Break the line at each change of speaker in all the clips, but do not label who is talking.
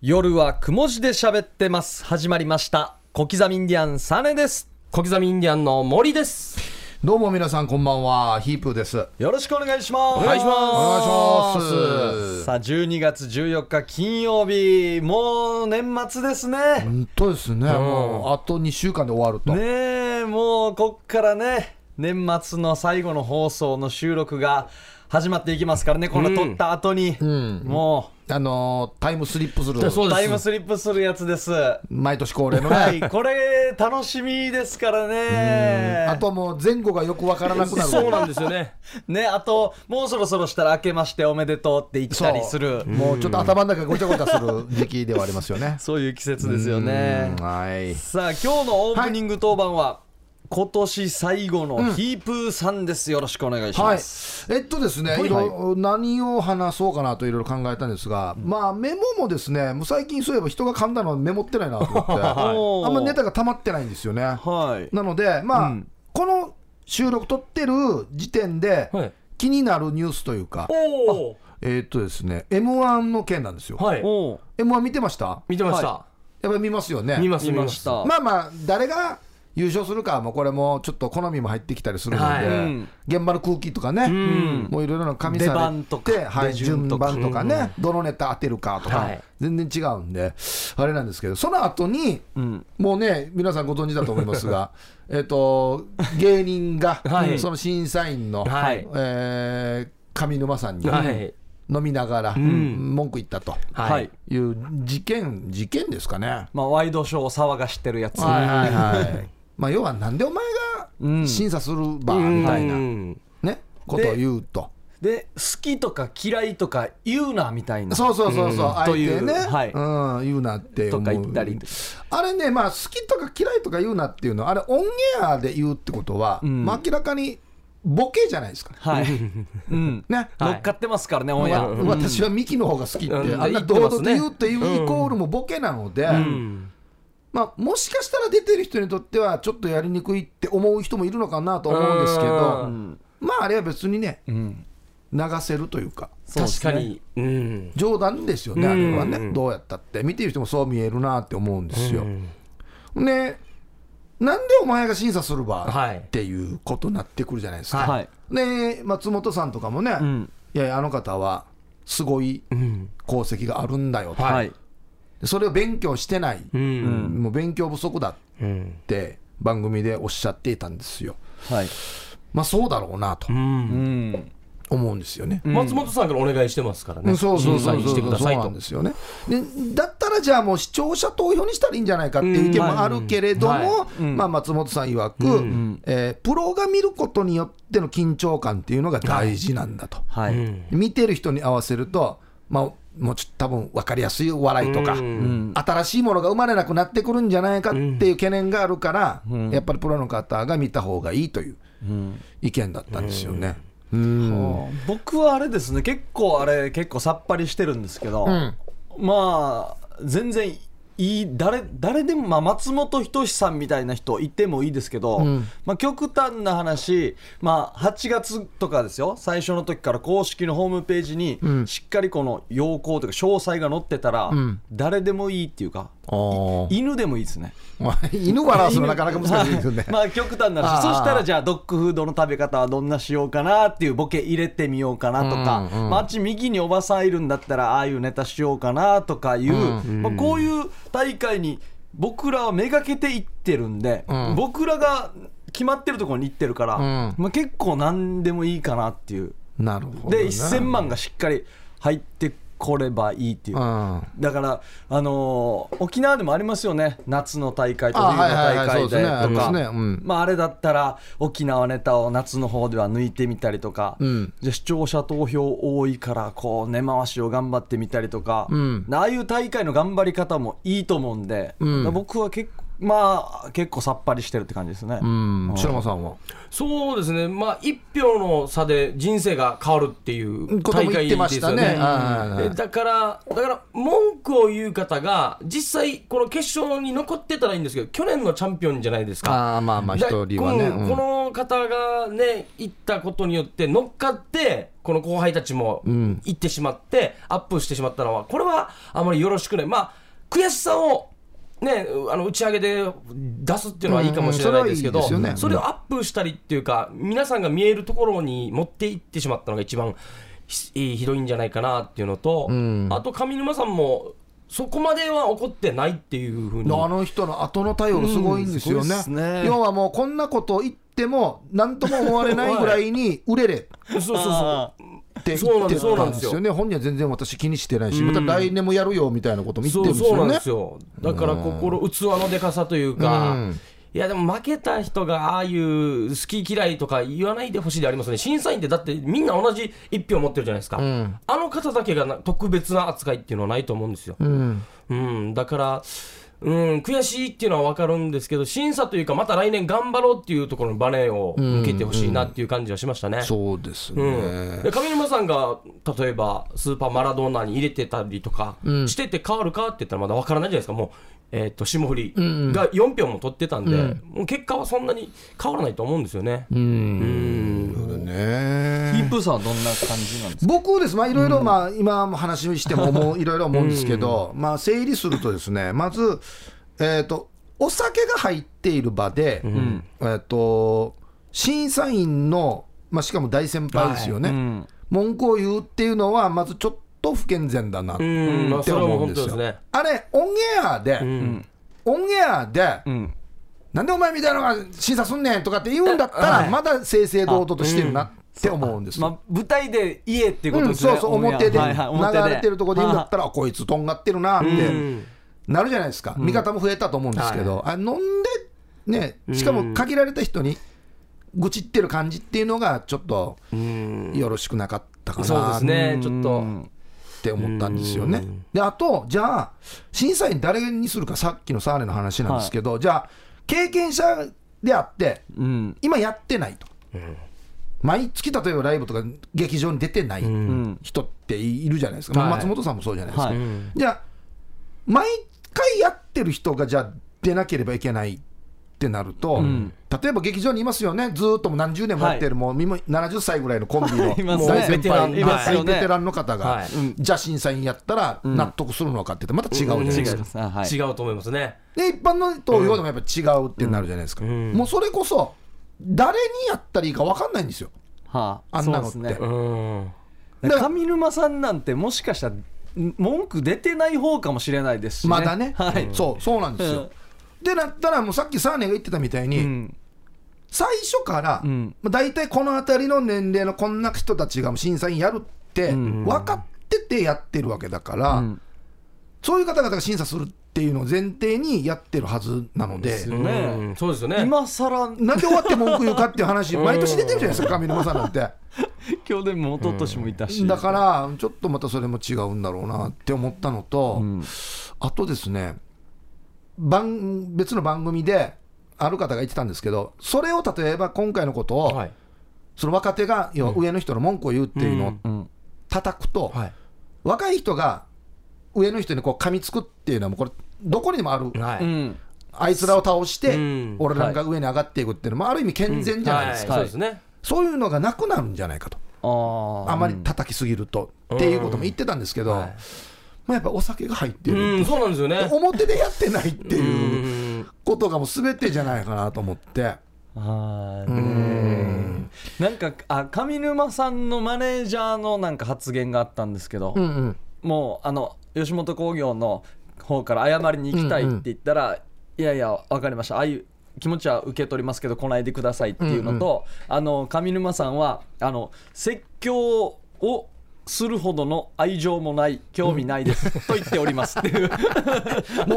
夜はくも字で喋ってます。始まりました。小刻みインディアンサネです。
小刻みインディアンの森です。
どうも皆さんこんばんはヒープーです。
よろしくお願いします。お
願いします
お願いします。
さあ、12月14日金曜日、もう年末ですね。
本当ですね。もうあと2週間で終わると。
ねえ、もうこっからね、年末の最後の放送の収録が始まっていきますからね、この撮った後に、も
あのータイムスリップする。
そう
う
です
タイムスリップするやつです。
毎年恒例のね。
はい、これ楽しみですからね。
あともう前後がよくわからなくなる。
そうなんですよね。
ね、あと、もうそろそろしたら明けましておめでとうって言ったりする、。
そうもうちょっと頭の中ごちゃごちゃする時期ではありますよね
そういう季節ですよね。
はい。
さあ、今日のオープニング当番は、今年最後のヒープーさんです。よろしくお願いし
は
ま
い
す。、
えっとですね、いろ何を話そうかなといろいろ考えたんですが、まあ、メモもですね、もう最近そういえば人が噛んだのメモってないなと 思って、
はい
あんまネタが溜まってないんですよね。
はい。
なので、まあ
うん
この収録撮ってる時点で、
はい
気になるニュースという か、
おお。
えーっとですね、m 1の件なんですよ。
はい。
おう
m 1見てました
見てました。
やっぱり見ますよね。
見ます
見
見
ま
ま
し。
したた。
まあまあ、誰が優勝するかはもうこれもちょっと好みも入ってきたりするので、
はい
うん
現場の空気とかね、もういろいろな加味
出
さ
番
れ
と
て、
か
はい、
手順
順
とか
番とかね、どのネタ当てるかとか、
はい
全然違うんで、あれなんですけど、その後に、
ん
もうね、皆さんご存知だと思いますが、えっと、芸人が、
はい
その審査員の、
はい
えー上沼さんに、
はい。
飲みながら、文句言ったと
は
はいい。
いう事件、事件ですかね。
まあ、ワイドショーを騒がしてるやつ。
はいはいはい。まあ、要は、なんでお前
うん
が審査するば、みたいな、
うん
ね、ことを言うと。
で、好きとか嫌いとか言うな、みたいな。
そうそうそうそう、あえ
とい
て
う
ね、
はい
うん、言うなって思う
とか言ったり
あれね、まあ、好きとか嫌いとか言うなっていうのは、あれ、オンエアで言うってことは、
ん
まあ、明らかにボケじゃないですか、
はい。うん。
ね。
乗っかってますからね、オンエア
わ。私はミキの方が好きって、
うん
あんな
言ってま
堂
す
々と
ね
言うっていうイコールもボケなので、
うん
まあ、もしかしたら出てる人にとっては、ちょっとやりにくいって思う人もいるのかなと思うんですけ
う
ど
ん、
まあ、あれは別にね、
ん
流せるというか。
そうです
確
ね
かに。うん。
冗談ですよね、あれは
うんうんう
ね、
ん
どうやったって、見てる人もそう見えるなって思うんですよ。ね、なんでお前が審査する
は
ば
い
っていうことになってくるじゃないですか。
はい
ね、松本さんとかもね、
ん
いやいや、あの方はすごい
うん。
功績があるんだよと、
はい
はい。
それを勉強してない、
うん。
もう勉強不足だっ
うん。
て番組でおっしゃっていたんですよ。
はい。
まあ、そうだろうなと
うん。
思うんですよね。
松本さんからお願いしてますから
う
ね。
んそうそうそ
審査
う
員
そう
してください
そうな
と
んで。すよねでだったらじゃあもう視聴者投票にしたらいいんじゃないかっていう意見もあるけれども、
うんは
まあ、松本さん曰く、えープロが見ることによっての緊張感っていうのが大事なんだと、
は
う
い。
ん
見てる人に合わせると、まあ、もうちょっと多分分かりやすい笑いとか、
ん
新しいものが生まれなくなってくるんじゃないかっていう懸念があるから、やっぱりプロの方が見た方がいいという意見だったんですよね。うん
僕はあれですね結構あれ結構さっぱりしてるんですけど、
ん
まあ全然いい誰誰でも、まあ、松本人志さんみたいな人いてもいいですけど、
うん
まあ、極端な話、まあ、8月とかですよ最初の時から公式のホームページに
ん
しっかりこの要項というか詳細が載ってたら、
ん
誰でもいいっていうか
あー
犬でもいいですね。
まあ犬笑すのなかなか難しいで すよね。
まあ極端な
あ
話そ
あ
したらじゃあドッグフードの食べ方はどんなしようかなっていうボケ入れてみようかなとか、
うんうん
まあ、あっち右におばさんいるんだったらああいうネタしようかなとかいう、まあ、こういう大会に僕らはめがけていってるんで、
うん
僕らが決まってるところに行ってるから、
うん
まあ、結構何でもいいかなっていう
なるほど、
で1000万がしっかり入ってこればいいっていう。
うん
だから、あのー沖縄でもありますよね、夏の大会と冬
あ
の
はいはい
大
はい
会でと
そうですね
か、
ありますねうん
まあ、あれだったら、沖縄ネタを夏の方では抜いてみたりとか、
ん
じゃあ視聴者投票多いから、こう根回しを頑張ってみたりとか、
ん
ああいう大会の頑張り方もいいと思うんで、
ん
僕は結構。まあ結構さっぱりしてるって感じですね、
うん白間さんは
そうですね、まあ、一票の差で人生が変わるっていう
こと
大
も言
会
って
で
ますした
よ
ね
ね。
はいはい
えだから、だから文句を言う方が、実際、この決勝に残ってたらいいんですけど、去年のチャンピオンじゃないですか。
ああまあまあ
だ
一人はね、
この
うん
この方がね、行ったことによって、乗っかって、この後輩たちも行ってしまって、アップしてしまったのは、これはあまりよろしくない、まあ、悔しさを、ね、あの打ち上げで出すっていうのはいいかもしれないですけど、
うんうんそれはいいですよね
それをアップしたりっていうか、皆さんが見えるところに持っていってしまったのが一番ひひどいんじゃないかなっていうのと、あと上沼さんも、そこまでは怒ってないっていうふうに。
あの人の後の対応すごいんですよね,、
うんすごいっすね
要はもうこんなこと言っても何とも思われないぐらいに売れれ
そうそうそう
あー
って言ってたんです
そうな
よ
ん
ね本人は全然私気にしてないしまた来年もやるよみたいなことも言って
そ
る
うんそうな
ですよ
ん
ね
ですよだから心器のでかさというか、
うん
いやでも負けた人がああいう好き嫌いとか言わないでほしいでありますね審査員ってだってみんな同じ一票持ってるじゃないですか、
ん
あの方だけがな特別な扱いっていうのはないと思うんですよ、
うん
うん、だから、うん、悔しいっていうのは分かるんですけど審査というかまた来年頑張ろうっていうところのバネを向けてほしいなっていう感じはしましたね、
そうですね、
うん、で上沼さんが例えばスーパーマラドーナに入れてたりとかしてて変わるかって言ったらまだ分からないじゃないですかもう、えー、と霜降りが4票も取ってたんで、もう結果はそんなに変わらないと思うんですよね。
ね
ヒープーさんはどんな感じなんですか
僕です、まあ、いろいろ、まあ、今も話をしても、もういろいろ思うんですけど、まあ、整理するとですね、まず、えっ、と、お酒が入っている場で、えっ、と、審査員の、まあ、しかも大先輩ですよね、
ん
文句を言うっていうのは、まずちょっと不健全だなっ
う
て
ん、まあ、それはもう
思うん
本
です
当で
よ。
すね。
あれ、オンエアで、
ん
オンエアで、
ん
なんでお前みたいなのが審査すんねんとかって言うんだったら、
はい
まだ正々堂々としてるなって思うんですよ
まあ、舞台で家っていうこと
う
で
ん、
すね、
そうそう、
オンエア
表で
はいはい表で
流れてるとこでいいんだった
は
ら、こいつとんがってるなって
うん
なるじゃないですか、味方も増えたと思うんですけど、あ飲んで、ね、しかも限られた人に愚痴ってる感じっていうのが、ちょっとよろしくなかったか
そうで
なっ
すね、ちょっと。
て思ったんですよね。で、あと、じゃあ、審査員誰にするか、さっきのサーレの話なんですけど、じゃあ、経験者であって、
いうん
今やってないと、毎月例えばライブとか劇場に出てない人っているじゃないですか、ま
は
あ
い
松本さんもそうじゃないですか、
はい
じゃあ毎回やってる人がじゃあ出なければいけないってなると、例えば劇場にいますよねずーっともう何十年もやってる、もうみも70歳ぐらいのコンビの
いますね
大先輩
います
よね
大ベテランの方が、
はい
うんじゃあ審査員やったら納得するのかって言ってまた違うじゃない
違い
ですか
ますあはい
違うと思いますね。
で一般の投票でもやっぱ違うってなるじゃないですか、
ん
もうそれこそ誰にやったらいいか分かんないんですよ
はあ、
あんなのって
そうですね
うん。
だから上沼さんなんてもしかしたらん文句出てない方かもしれないですし、
まだね、
はい、
そうそうなんですよ、でなったらもうさっきサーネが言ってたみたいに、
うん
最初から、
ん
まあ、大体この辺りの年齢のこんな人たちが審査員やるって分かっててやってるわけだから、
ん
そういう方々が審査するっていうのを前提にやってるはずなので、
よね
うんそうですよね。
今さら
なんで終わって文句言うかっていう話毎年出てるじゃないですか上沼さんな んて。
去年も一昨年もいたし、
だから、ちょっとまたそれも違うんだろうなって思ったのと、あとですね番、別の番組で、ある方が言ってたんですけど、それを例えば今回のことを、
はい。
その若手が要は上の人の文句を言うっていうの
う
を
ん
叩くと、
はい。
若い人が上の人にこう噛みつくっていうのは、もうこれ、どこにでもある、
は
う
い。
ん
あいつらを倒して、
うん
俺らが上に上がっていくっていうのも、ある意味健全じゃないですか、
はいそうですね。
そういうのがなくなるんじゃないかと。
あー
あまり叩きすぎると、っていうことも言ってたんですけど、
はい
まあ、やっぱお酒が入ってる、
うん、そうなんですよね。
表でやってないって
う
いうんことがもうすべてじゃないかなと思って、
あーねーなんかあ上沼さんのマネージャーのなんか発言があったんですけど、
うんうん、
もうあの吉本興業の方から謝りに行きたいって言ったら、いやいや分かりましたああいう気持ちは受け取りますけど来ないでくださいっていうのと、あの上沼さんはあの説教をするほどの愛情もない興味ないです、と言っております っていう
もう終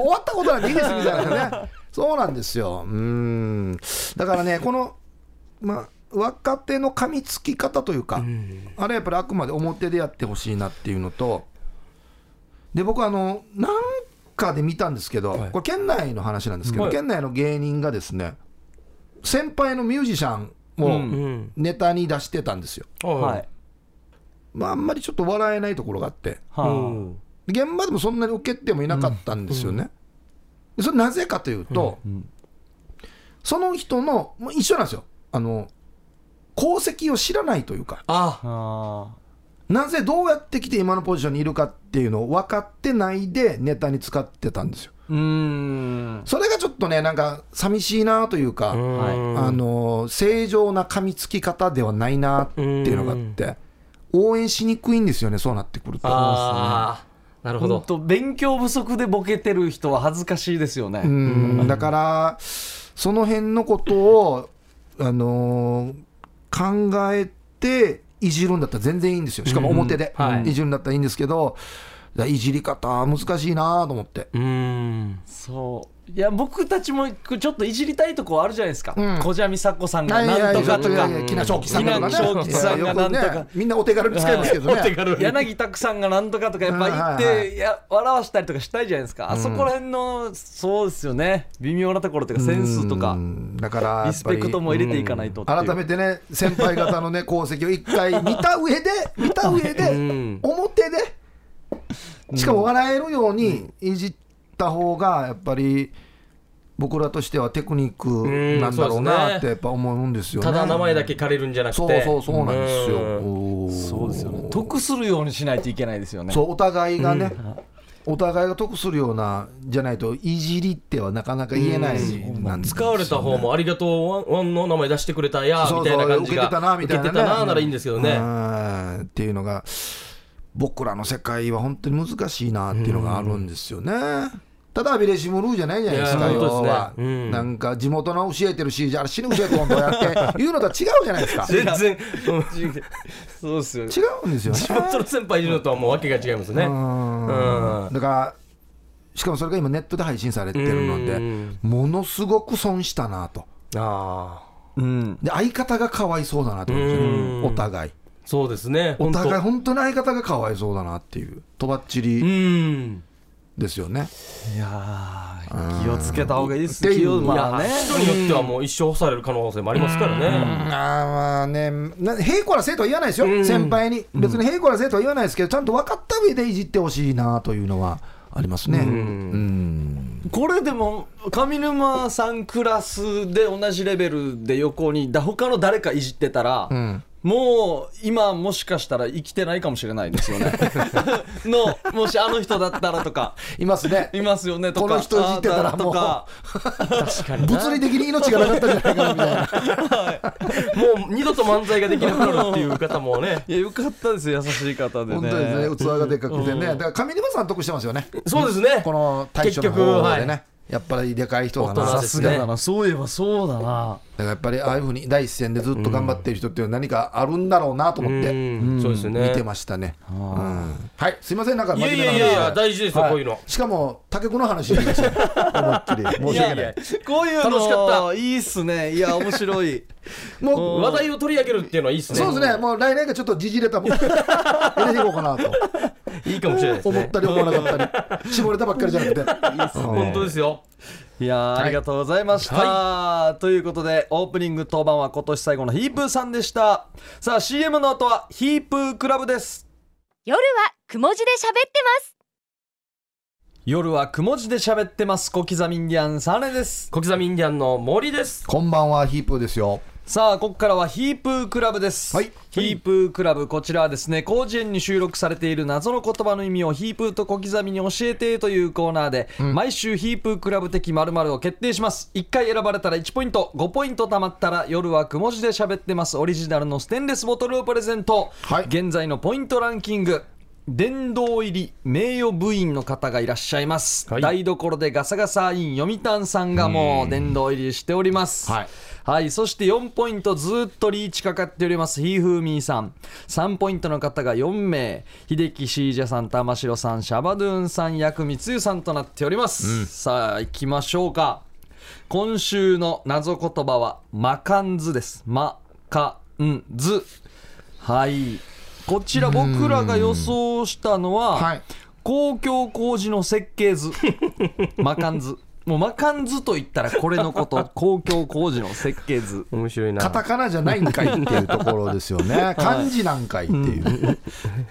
わったことなんていいですみたいなね、そうなんですよ、うん、だからね、この、まあ、若手の噛みつき方というか、あれはやっぱりあくまで表でやってほしいなっていうのと、で僕あの、なんカーで見たんですけど、
はい
これ、県内の話なんですけど、
はい
県内の芸人がですね、先輩のミュージシャンを
うん
うん
ネタに出してたんですよ。
は
はいい。
まあ、あんまりちょっと笑えないところがあって、
う
は
ん
現場でもそんなに受けてもいなかったんですよね。それなぜかというと、
いうん
その人の、もう一緒なんですよあの、功績を知らないというか、
あ
は
なぜどうやってきて今のポジションにいるかっていうのを分かってないで、ネタに使ってたんですよ。
あうーん
それがちょっとね、なんか寂しいなというか、
はい
あの正常な噛みつき方ではないなっていうのがあって、応援しにくいんですよね、そうなってくると。
あーなるほ
本
ど
当勉強不足でボケてる人は恥ずかしいですよね、
うんだから、その辺のことを、あのー考えていじるんだったら全然いいんですよ、しかも表で、
うんはい
い、じるんだったらいいんですけど、だからいじり方、難しいなと思って。
うん
そういや僕たちもちょっといじりたいとこあるじゃないですか、
うん
小ジャミサコさんが
いやい
な
や
ん
い
と
や
かとか
いやいや木梨昭樹さんがとかね
木梨昭樹さんがなんとか
いやよくねみんなお手軽に使いますけどね。
軽に
柳拓さんがなんとかとかやっぱ
はい
言
は
っ
い
ていや笑わしたりとかしたいじゃないですか、あそこら辺のそうですよね微妙なところというかセンスとか
うんだからやっぱり
リスペクトも入れていかないとっていう
改めてね、先輩方のね、功績を一回見た上で、見た上で
ん、
表で、しかも笑えるようにいじった方が、やっぱり僕らとしてはテクニックなんだろうなってやっぱ思うんですよね。
ただ名前だけ借りるんじゃなくて
そうそうそうなんですよ。
うん
おー
そうですよね得するようにしないといけないですよね
そうお互いがね、お互いが得するようなじゃないと、いじりってはなかなか言えないなんですよ
使われた方もありがとうワンワンの名前出してくれたやみ
そう
たい
そ
うな感じ
受けてたな
が
みたいなね
受けてたなならいいんですけど
う
ね
んっていうのが僕らの世界は本当に難しいなっていうのがあるんですよね。ただアビレシモルーじゃないじゃないですか、
いや
要は、
本当ですねうん
なんか地元の教えてるし、じゃあ死ぬ教えてもどうやって言うのとは違うじゃないですか、違
全然うん
そうですよね
うんですよね。
地元の先輩いるのとはもうわけが違いますね
うんだから、しかもそれが今、ネットで配信されてるの
う
で、
ん
ものすごく損したなと、
ああ
うん
で相方がかわいそうだなと思うんですよね
うん
お互い、
そうですね
お
本当
互い、本当に相方がかわいそうだなっていう、とばっち
う
り
ん
ですよね。
いやー気をつけた方がいいです
ってい
気
う
を
い
まあ
や
ね
人によってはもう一生干される可能性もありますからね
あーまあね、な平行な生徒は言わないですよ、
うん
先輩に、別に平行な生徒は言わないですけど、ちゃんと分かった上でいじってほしいなというのはありますね。うん
これでも上沼さんクラスで同じレベルで横にだ他の誰かいじってたら、
ん
もう今もしかしたら生きてないかもしれないですよ ねのもしあの人だったらとか
いますね、
いますよねとか
この人いじってたら
あーだとか
物理的に命がなかったんじゃ ないかなみたいな、
もう二度と漫才ができなくなるっていう方もね
いやよかったですよ優しい方でね
本当ですね、器がでかくてね、だから上沼さん、得してますよね、
そうですね
この対処の
結局
方
は
でね
い、
やっぱりでかい人だな
大人
さ
ですす
が
ね
だなそういえばそうだな
だからやっぱりああいうふうに第一線でずっと頑張ってる人っていうのは何かあるんだろうなと思って、
うんそうですね
見てましたね。うんはい、すいません、なんか
い
真
や
面
いやい
目な話
やいや大事ですよこういうの
しかも、竹子の話にな りましたね思いっきり。申し訳
い
な
や
い。
こういうの
楽しかった
いいっすねいや面白い
もう、
話題を取り上げるっていうのはいいですね
そうですね、もう来年がちょっとじじれ たもん、入れていこうかなと
いいかもしれないです
思
ね
ったり思わなかったり、絞れたばっかりじゃなくて。
本当ですよ
いやー、ありがとうございました、ということでオープニング当番は今年最後のヒープーさんでしたさあ CM の後はヒープークラブです
夜はくも字で喋ってます
夜はくも字で喋ってます小刻みインディアンサネです
小刻みインディアンの森です
こんばんは、ヒープーですよ。
さあここからはヒープークラブです、
はい
ヒープークラブこちらはですね広辞苑に収録されている謎の言葉の意味をヒープーと小刻みに教えてというコーナーで、毎週ヒープークラブ的〇〇を決定します1回選ばれたら1ポイント5ポイント貯まったら夜はくも字で喋ってますオリジナルのステンレスボトルをプレゼント、
はい
現在のポイントランキング殿堂入り名誉部員の方がいらっしゃいます、
はい
台所でガサガサイン読谷さんがもう殿堂入りしております
はい
はい、そして4ポイントずっとリーチかかっております、ひーふーみーさん。3ポイントの方が4名、秀樹シージャさん、玉城さん、シャバドゥーンさん、薬味つゆさんとなっております。さあ、行きましょうか。今週の謎言葉は、マカンズです。マカンズ。はい。こちら僕らが予想したのは、
はい
公共工事の設計図 マカンズもうマカンズと言ったらこれの こと公共工事の設計図
面白いな
カタカナじゃないんかいっていうところですよね漢字なんかいっていう、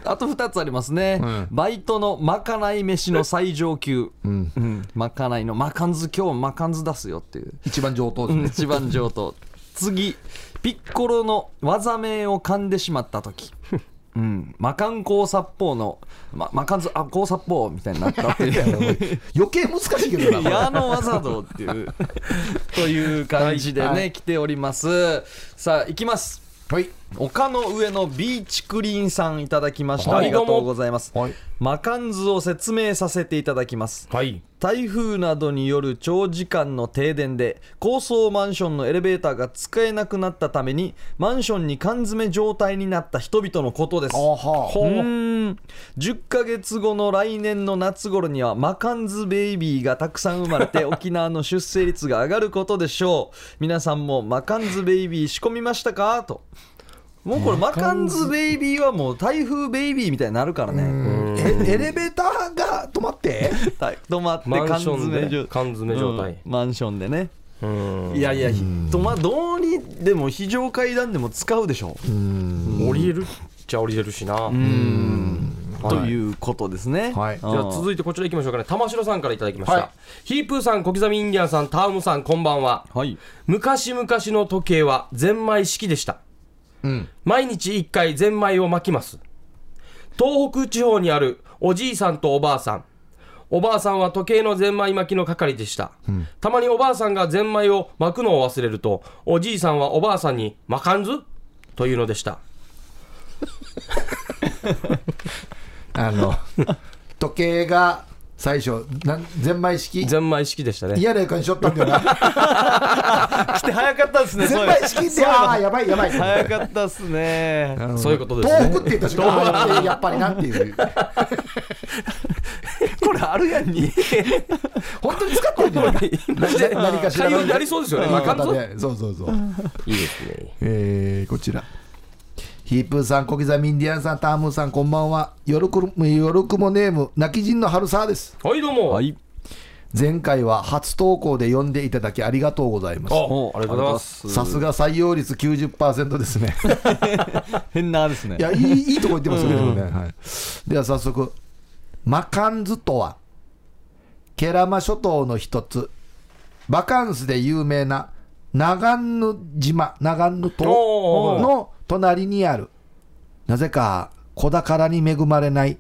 あと2つありますね、
ん
バイトのまかない飯の最上級、
ん
うんまかないのまかんず今日まかんず出すよっていう
一番上等ですね、
一番上等次ピッコロの技名を噛んでしまった時うん、魔漢高殺法の、ま、魔漢ずあ高殺法みたいになったっていう
余計難しいけどなこれ
矢の技道っていうという感じでね、来ておりますさあ行きます
はい
丘の上のビーチクリーンさんいただきました、
はい
ありがとうございます、
はい
魔漢図を説明させていただきます
はい
台風などによる長時間の停電で高層マンションのエレベーターが使えなくなったためにマンションに缶詰状態になった人々のことです
あは
うーん10ヶ月後の来年の夏頃にはマカンズベイビーがたくさん生まれて沖縄の出生率が上がることでしょう皆さんもマカンズベイビー仕込みましたかともうこれマカンズベイビーはもう台風ベイビーみたいになるからね
えエレベーターが止まって
はい止まって
マ
缶
ンション
詰
で
状
缶詰状態
うんマンションでね
うん
いやいやひとまあどうにでも非常階段でも使うでしょう
降りれるっちゃ降りれるしな
ということですね
はい
じゃあ続いてこちら行きましょうかね玉城さんからいただきました、
はい
ヒープーさん小刻みインディアンさんタームさんこんばんは
はい
昔々の時計はゼンマイ式でした、毎日1回ゼンマイを巻きます東北地方にあるおじいさんとおばあさんおばあさんは時計のゼンマイ巻きの係でした、たまにおばあさんがゼンマイを巻くのを忘れるとおじいさんはおばあさんに「巻かんず?」というのでした
あ の時計が最初なんゼンマイ式
ゼンマイ式でしたね
嫌な予感しよったんだよ な
来て早かったですね
ゼンマイ式ってああやばいやばい
早かったっすね
そういうことですね
東北って言ったしああやっぱりなってい う
これあるやんに
本当に使ってるん じゃないか
なんで
何かしら
会話になりそうですよね。
言
ま
い
あ、
方
感想
でそうそうそう
いいですね。
えーこちら。ヒープーさん、小刻みインディアンさん、タームーさん、こんばんは。よろくも、よろくもネーム、泣き人の春沢です。
はい、どうも。
はい
前回は初投稿で呼んでいただきありがとうございま
あ、
す。
ありがとうございます。
さすが採用率90%ですね。
変なですね
いや、いい、いいとこ言ってますよね。でもねはいでは早速、マカンズとは、ケラマ諸島の一つ、バカンスで有名な長野島、長野島
おー
の隣にある、なぜか子宝に恵まれない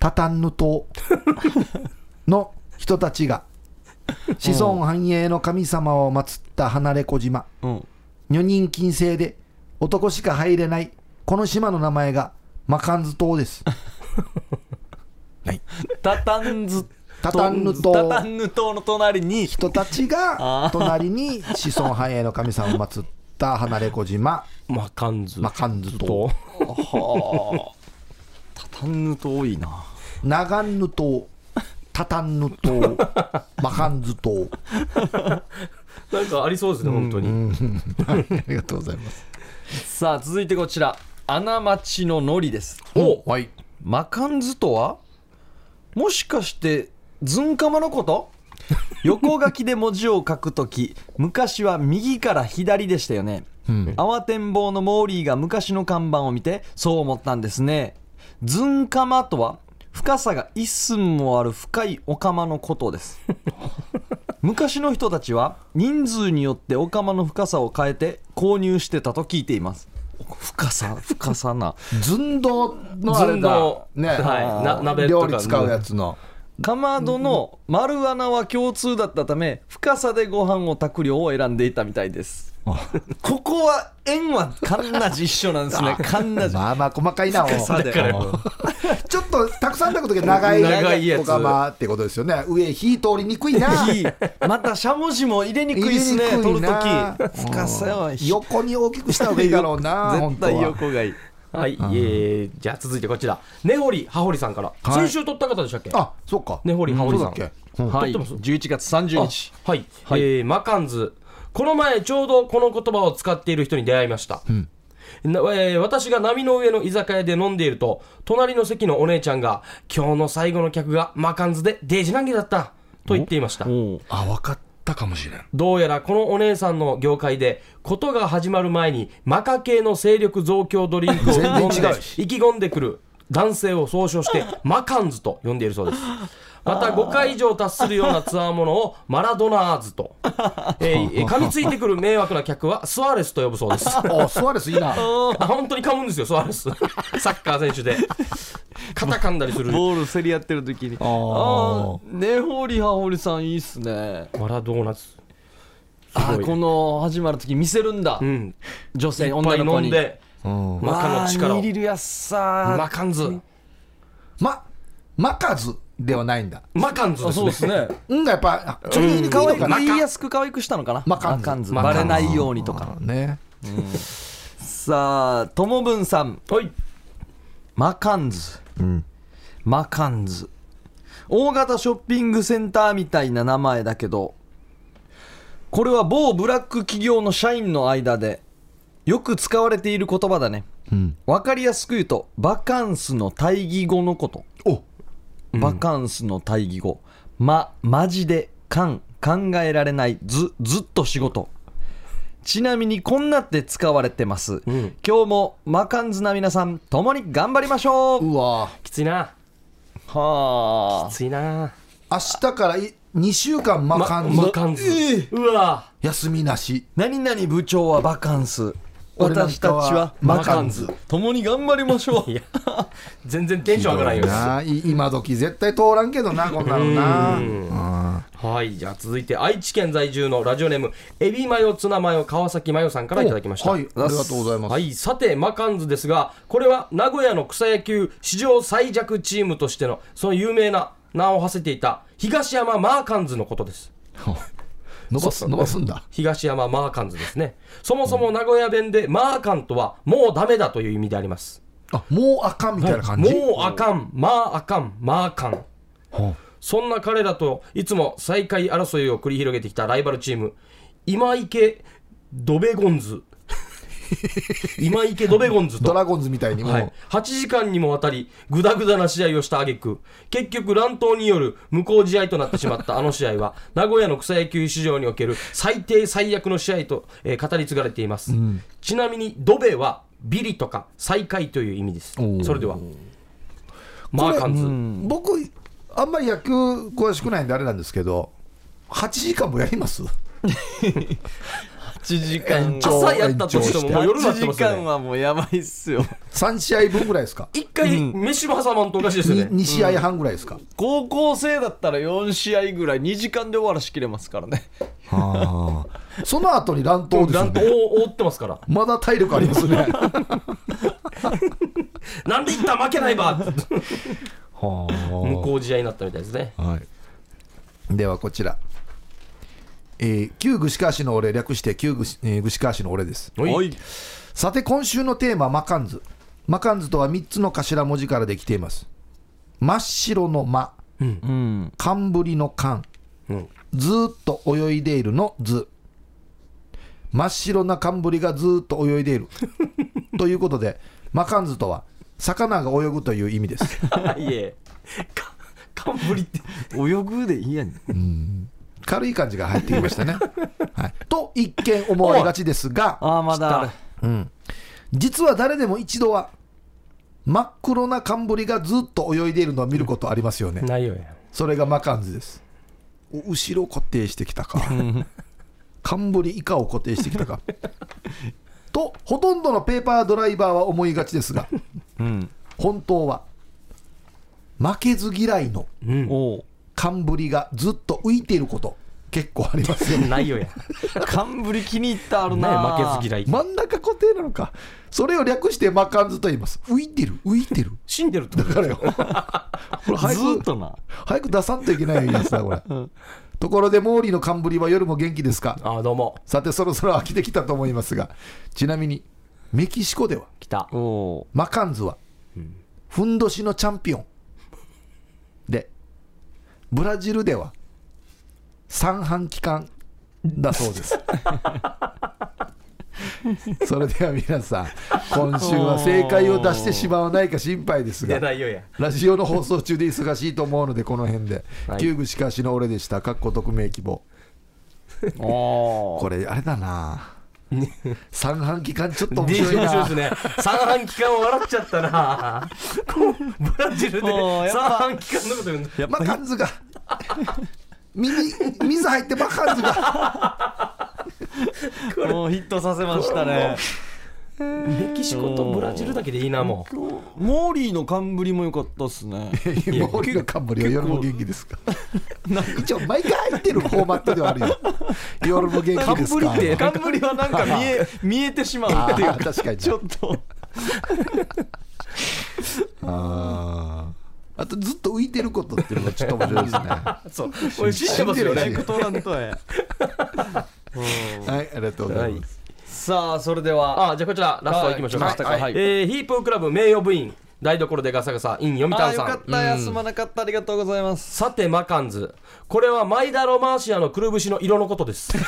タタンヌ島の人たちが、子孫繁栄の神様を祀った離れ小島。
うん
女人禁制で男しか入れないこの島の名前がマカンズ島です。
タタンズ
タタンヌ
タ
島
タンヌ島の隣に
人たちが隣に子孫繁栄の神様を祀った離れ小島
マカンズ。
マカンズ島
と。
タタンヌ島多いな
長ヌ島タタンヌ島マカンズ島
なんかありそうですね、本当に。
ありがとうございます。
さあ続いてこちら穴町ののりです
お、
はい
マカンズとはもしかしてズンカマのこと横書きで文字を書くとき昔は右から左でしたよね、慌てんぼうのモーリーが昔の看板を見てそう思ったんですねズンカマとは深さが一寸もある深いお釜のことです 昔の人たちは人数によってお釜の深さを変えて購入してたと聞いています深さ深さな
寸胴のあれ
寸
だ
胴
ね、
はいな鍋と
料
か
理使うやつの
かまどの丸穴は共通だったため深さでご飯を炊く量を選んでいたみたいですここは円はカンナジ一緒なんですねカンナジ
まあまあ細かいなお
深さで
ちょっとたくさん炊くときは長い
長いやつ
お釜ってことですよね。上火通りにくいな。
いいまたしゃもじも入れにくいですね
入れにく
取る
いな
とき深さはひ
横に大きくした方がいいだろうな。本
絶
当
対
は
横がいい
はい、えーじゃあ続いてこちら。根掘り葉掘りさんから。
い
先週撮った方でしたっけ
あ、そっか。
根掘り葉掘り
そ
さ
うだ
ん
っ。け。うん
はい
撮ってます
11月30日
あはい、えーマカンズこの前ちょうどこの言葉を使っている人に出会いました、なえー私が波の上の居酒屋で飲んでいると、隣の席のお姉ちゃんが、今日の最後の客がマカンズでデージ難儀だった、と言っていました。
あ分かったかもしれん
どうやらこのお姉さんの業界で、ことが始まる前に、マカ系の勢力増強ドリンクを飲んで
全然違うし
意気込んでくる男性を総 称して、マカンズと呼んでいるそうです。また5回以上達するようなツアーものをマラドナー ズと、えー、噛みついてくる迷惑な客はスアレスと呼ぶそう です。
あスアレスいいな
あ本当に噛むんですよ、スアレス。 サッカー選手で。肩噛んだり する。
ボール競り合ってる時にああ根掘り葉掘りさんいいっすね
マラドーナズ。
あーこの始まる時見せるんだ、
うん。
女性
いっぱ
女
い
の子
飲
に
んで、
うん
マカの力
わ
を
ー。握るやっさー
マカンズ。
ままかずではないんだ
マカンズ
あ
です
そう
ね
で。すね
うんがやっぱちょっと言いにく
可
いのか
愛
な
く言いやすく可愛くしたのかな
マカンズ
ズ
マカ
バ
ンズ
レないようにとか
あね
さあともぶんさん
はい。
マカンズ、マカンズ大型ショッピングセンターみたいな名前だけどこれは某ブラック企業の社員の間でよく使われている言葉だね、わかりやすく言うとバカンスの対義語のこと
お
バカンスの対義語、まマジでかん考えられないずずっと仕事ちなみにこんなって使われてます、
ん
今日もマカンズな皆さん共に頑張りましょう
うわ
きついな。
は
きついな。
明日からい2週間マカンズ、
マカンズ。うわ
休みなし
何々部長はバカンス
俺なん
私たち
かは
は
マカンズ
共に頑張りましょう
いや、全然テンション上がらないよ。
い今時絶対通らんけどなこんなのな
はい、じゃあ続いて愛知県在住のラジオネーム、エビマヨツナマヨ川崎マヨさんからいただきました。
はいありがとうございます、
はい、さて、マカンズですが、これは名古屋の草野球史上最弱チームとしての、その有名な名を馳せていた東山マーカンズのことです。
伸ばす伸ばすんだ
東山マーカンズですね。そもそも名古屋弁でマーカンとはもうダメだという意味であります。
あもうあかんみたいな感じ、
もうあかん、まああかん、まああかん。そんな彼らといつも最下位争いを繰り広げてきたライバルチーム、今池ドベゴン ズ。今池ドベゴンズと
ドラゴンズみたいにもう、
はい、8時間にもわたりぐだぐだな試合をした挙句結局乱闘による無効試合となってしまったあの試合は名古屋の草野球市場における最低最悪の試合と、えー語り継がれています、ちなみにドベはビリとか最下位という意味です
おー
それではマーカンズ、
僕あんまり野球詳しくないんであれなんですけど8時間もやります
8時 間
長
朝やったとしてももう夜になって
8
ます
時
よ
間
ね
はもうやばいっすよ
3試合分ぐらいですか
一回飯も挟まんとおかしいですよね、
2試合半ぐらいですか、
高校生だったら4試合ぐらい2時間で終わらしきれますからね
あーその後に乱闘ですよ
乱闘
ね
を覆ってますから
まだ体力ありま すね
なんでいった負けないば無
は
効試合になったみたいですね
あ、はい、 ではこちら、えー旧具志川市の俺略して旧具,、えー具志川市の俺です
おい
おい
さて今週のテーママカンズマカンズとは3つの頭文字からできています真っ白の間
うん
寒ぶりの寒
うん
ずーっと泳いでいるの図真っ白な寒ぶりがずーっと泳いで いるということでマカンズとは魚が泳ぐという意味です
いえか 冠って
泳ぐでいいやん
軽い感じが入ってきまし たね、はい、と一見思われがちですが
ああまだある
来
実は誰でも一度は真っ黒な寒ぶりがずーっと泳いでいるのを見ることありますよね
ないよや
それがマカンズですお後ろ固定してきたか冠以下を固定してきたかとほとんどのペーパードライバーは思いがちですが
うん
本当は負けず嫌いの
うん
おう
冠がずっと浮いていること結構ありますよ
ないよや
冠気に入ったある
ね
な
負けず嫌い
真ん中固定なのかそれを略してマカンズと言います浮いてる浮いてる
死んでるって
だ
こと
からよこれ早
ず
く
ーっとな
早く出さんといけないやつだこれ、ところでモーリーの冠は夜も元気ですか
ああどうも
さてそろそろ飽きてきたと思いますがちなみにメキシコでは
来た
おお
マカンズはふんどしのチャンピオンでブラジルでは 三半規管だそうですそれでは皆さん今週は正解を出してしまわないか心配です
出
が
ないよ や。
ラジオの放送中で忙しいと思うのでこの辺で「
はい
キューブしかしの俺でした」「かっこ匿名希望」
お
こ
ー
れあれだな三半期間ちょっと面白い
面白い
な
ですね。三半期間笑っちゃったな。こうブラジルで
もうやっ
三
ぱ
半期間のこと言うんだ。
やっ
ま
ぱ
あ、
り
カンズが。 耳、水入ってば、カンズが。
もうヒットさせましたね
メキシコとブラジルだけでいいなもう。
モーリーの冠も良かったっすね
や
モーリーの冠は夜も元気ですか。一応、毎回入ってるフォーマットではあるよ。夜も元気ですか。
冠って冠はなんか見え 見えてしまう
あ
っていう
ー
か
確かに。
ちょっと
あーあと、ずっと浮いてることっていうのがちょっと面白いですね。は
そう。 俺知ってますよ
知ってる知ってる
ね。
トラントへ
い、ありがとうございます。
さあそれでは
あじゃあこちらラストいきましょう
は
か
い。来ましたか
はい
はい
えーヒープークラブ名誉部員台所でガサガサイン読
あ
谷
ー
さ
よ
ん。
かった休まなかったありがとうございます
さてマカンズこれはマイダロマーシアのくるぶしの色のことです事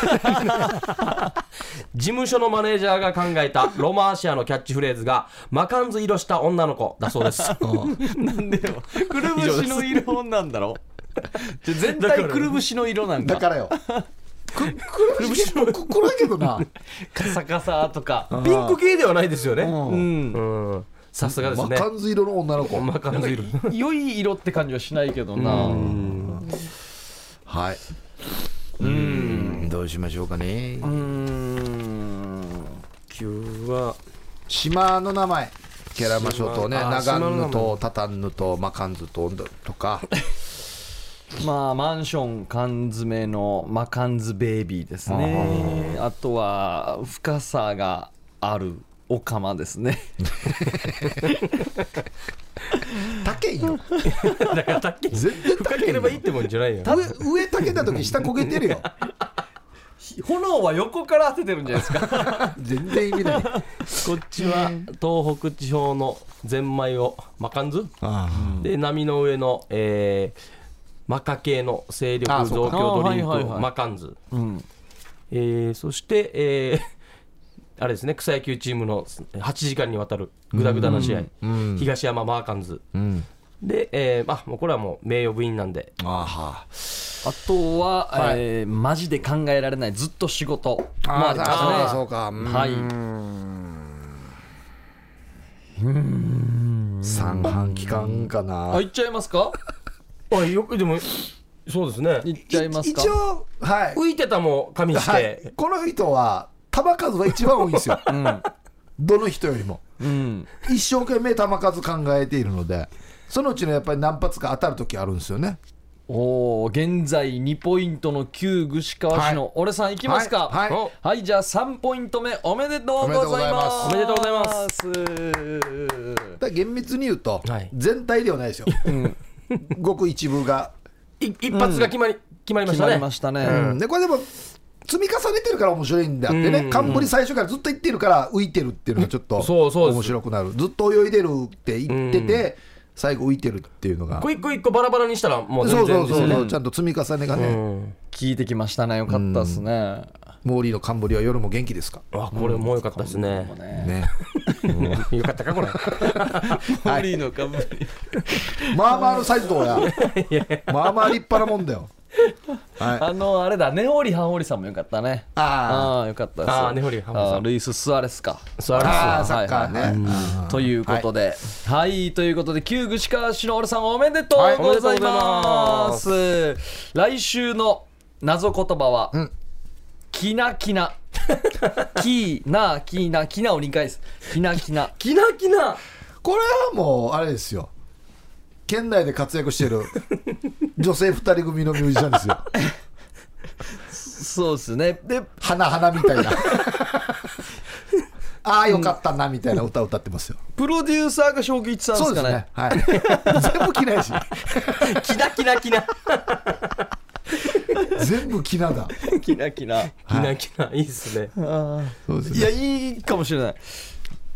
務所のマネージャーが考えたロマーシアのキャッチフレーズがマカンズ色した女の子だそうです
なんでよくるぶしの色なんだろじゃ全
だか
体
ら
くるぶしの色なん
だ
か
からよ。く、くるぶし、く、これだけどな。
カサカサとか
ピンク系ではないですよね
う
うんんさすがです
ま
ね
カンズ色の女の子。
マカンズ色
良い色って感じはしないけどな
はい。うん、どうしましょうかね。
9は
島の名前ケラマ諸島ね
島あー
長
島の名
ンヌ
前
島タタンヌ島マカンズ島とか
まあマンション缶詰のマカンズベイビーですねあとは深さがあるオカマですね
竹いよ
だからだっけ
全然
深
竹
け
い
れ
よ
ばいいってもんじゃないよ
た上竹だ時下焦げてるよ
炎は横から当ててるんじゃないですか
全然意 味ない
こっちは東北地方のゼンマイをマカンズ
あ
で波の上の、えーマカ系の勢
あ
力
そ
増
うか
強ドリンク、
あはいはいはい
マカンズ、
ん
えーそして、えー あれですね草野球チームの8時間にわたるグダグダな試合、
ん
東山マーカンズ
ーうん
で、えーあもうこれはもう名誉部員なんで
あ
あとは、
はい
えーマジで考えられないずっと仕事も
ー
あ
あ
り
ー
ま
そうか
す
そ
ね
うかうん
はい
三半期間かな
あ行っちゃいますか
あよくでもそうですね
行っちゃいますか
一応はい
浮いてたも加味して、
はいこの人は球数は一番多いんですよ
うん
どの人よりも
うん
一生懸命球数考えているのでそのうちのやっぱり何発か当たる時あるんですよね
おお現在2ポイントの旧串川市の俺さんいきますか
はいはい
おはいじゃあ3ポイント目おめでとうございます
おめでとうございます
だから厳密に言うと、
はい
全体ではないですよ、ごく一部が、
い一発が決まり、決まりまし
決
た
まり
ね
ましたね、
うんでこれでも積み重ねてるから面白いんであって
うん
ね冠最初からずっと言ってるから浮いてるっていうのがちょっと
そうそうです
面白くなるずっと泳いでるって言ってて最後浮いてるっていうのが
これ一個一個バラバラにしたらもう全
そう
然
そう
です
そ
よ
う
ね
そうちゃんと積み重ねがね
うん
聞いてきましたねよかったですね、
モーリーの冠は夜も元気ですか
あこれも良かったですね
もうね
ね
よかったかこれ
ホーリーのかぶり
まあまあのサイズどうや まあまあ立派なもんだよは
あのあれだネオリハオリさんもよかったね
あー
あーよかったです
あー根堀羽織さん
あールイス・スアレスか
スアレス
あ
は
ーサッカーね
はいはいはい
うん
ということではい、ということで旧串川市の俺さんおめでと
はいう
ございま
お
す来週の謎言葉は、
ん
きなき なきなきなきなを2回ですきなきな
キナキナ
いこれはもうあれですよ県内で活躍して る女性2人組のミュージシャンですよ
そうですねで
花花みたい なああよかったなみたいな歌を歌ってますよ、
プロデューサーが正吉さんで
そ
す
う
か
で
ね
すねはい全部嫌いし
キナキナキナ
全部嫌だ
きなきな
キナキナいいっすね
そうです
いやいいかもしれない